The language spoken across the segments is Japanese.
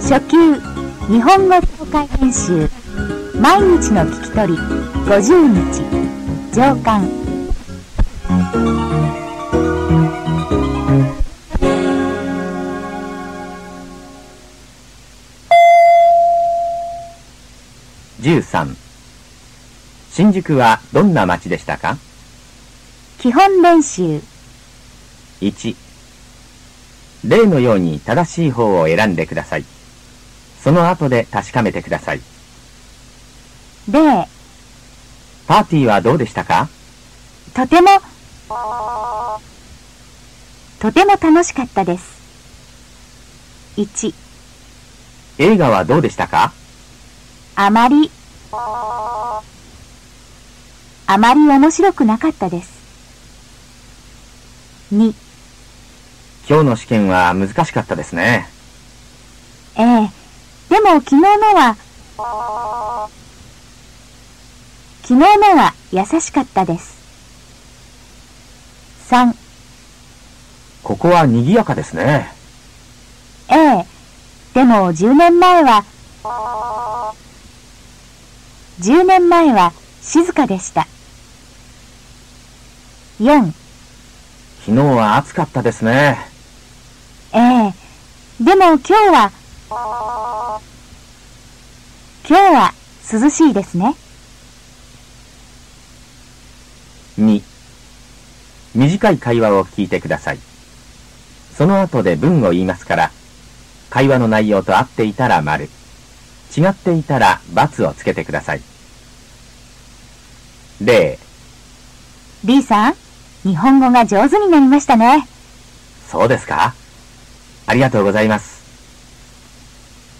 初級日本語紹介研修毎日の聞き取り50日上巻13新宿はどんな街でしたか基本練習1例のように正しい方を選んでくださいその後で確かめてください0パーティーはどうでしたかとてもとても楽しかったです1映画はどうでしたかあまりあまり面白くなかったです2今日の試験は難しかったですねええでも昨日のは昨日のは優しかったです3ここは賑やかですねええでも10年前は10年前は静かでした4昨日は暑かったですねええでも今日は今日は涼しいですね2短い会話を聞いてくださいその後で文を言いますから会話の内容と合っていたら丸違っていたら×をつけてください0 B さん日本語が上手になりましたねそうですかありがとうございます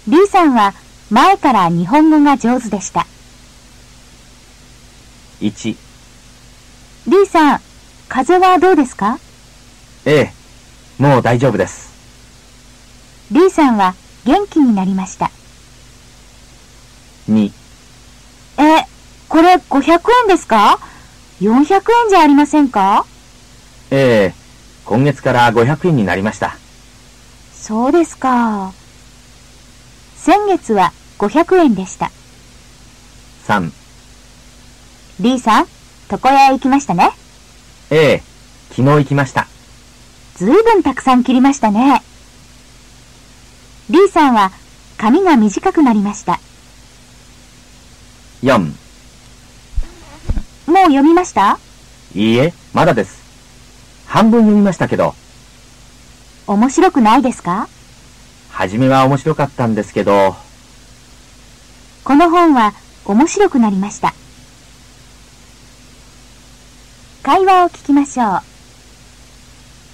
B さんは前から日本語が上手でした1 B さん風邪はどうですかええもう大丈夫です B さんは元気になりました2えこれ500円ですか400円じゃありませんかええ今月から500円になりましたそうですか先月は500円でした3 B さん床屋へ行きましたねええ昨日行きましたずいぶんたくさん切りましたね B さんは髪が短くなりました4もう読みましたいいえまだです半分読みましたけど面白くないですか初めは面白かったんですけどこの本は面白くなりました。会話を聞きましょう。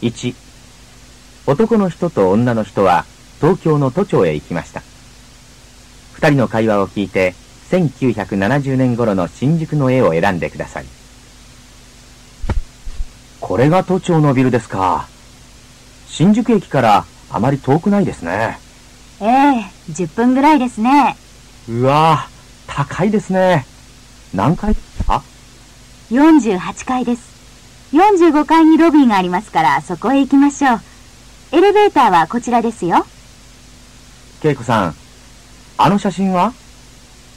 1男の人と女の人は東京の都庁へ行きました2人の会話を聞いて1970年頃の新宿の絵を選んでくださいこれが都庁のビルですか新宿駅からあまり遠くないですねええ10分ぐらいですね。うわぁ高いですね何階ですか48階です。45階にロビーがありますから、そこへ行きましょう。エレベーターはこちらですよ。恵子さんあの写真は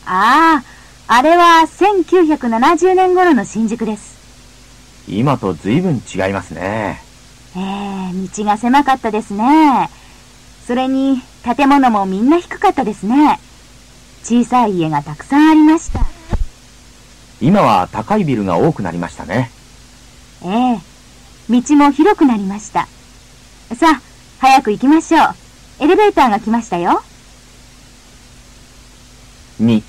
ああ、あれは1970年頃の新宿です。今と随分違いますねええ道が狭かったですね。それに、建物もみんな低かったですね。小さい家がたくさんありました。今は高いビルが多くなりましたねええ道も広くなりました。さあ、早く行きましょう。エレベーターが来ましたよ。 2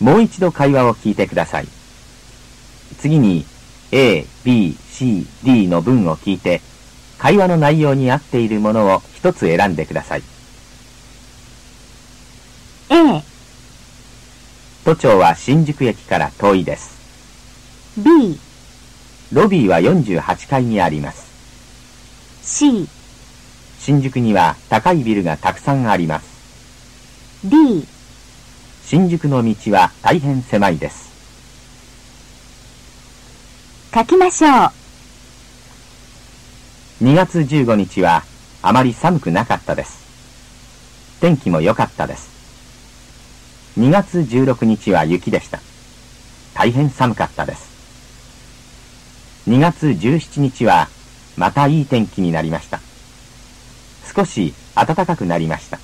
もう一度会話を聞いてください次に A、B、C、D の文を聞いて会話の内容に合っているものを一つ選んでください A、都庁は新宿駅から遠いです B、ロビーは48階にあります C、新宿には高いビルがたくさんあります D、新宿の道は大変狭いです書きましょう。 2月15日はあまり寒くなかったです天気も良かったです。2月16日は雪でした。大変寒かったです。2月17日はまたいい天気になりました。少し暖かくなりました。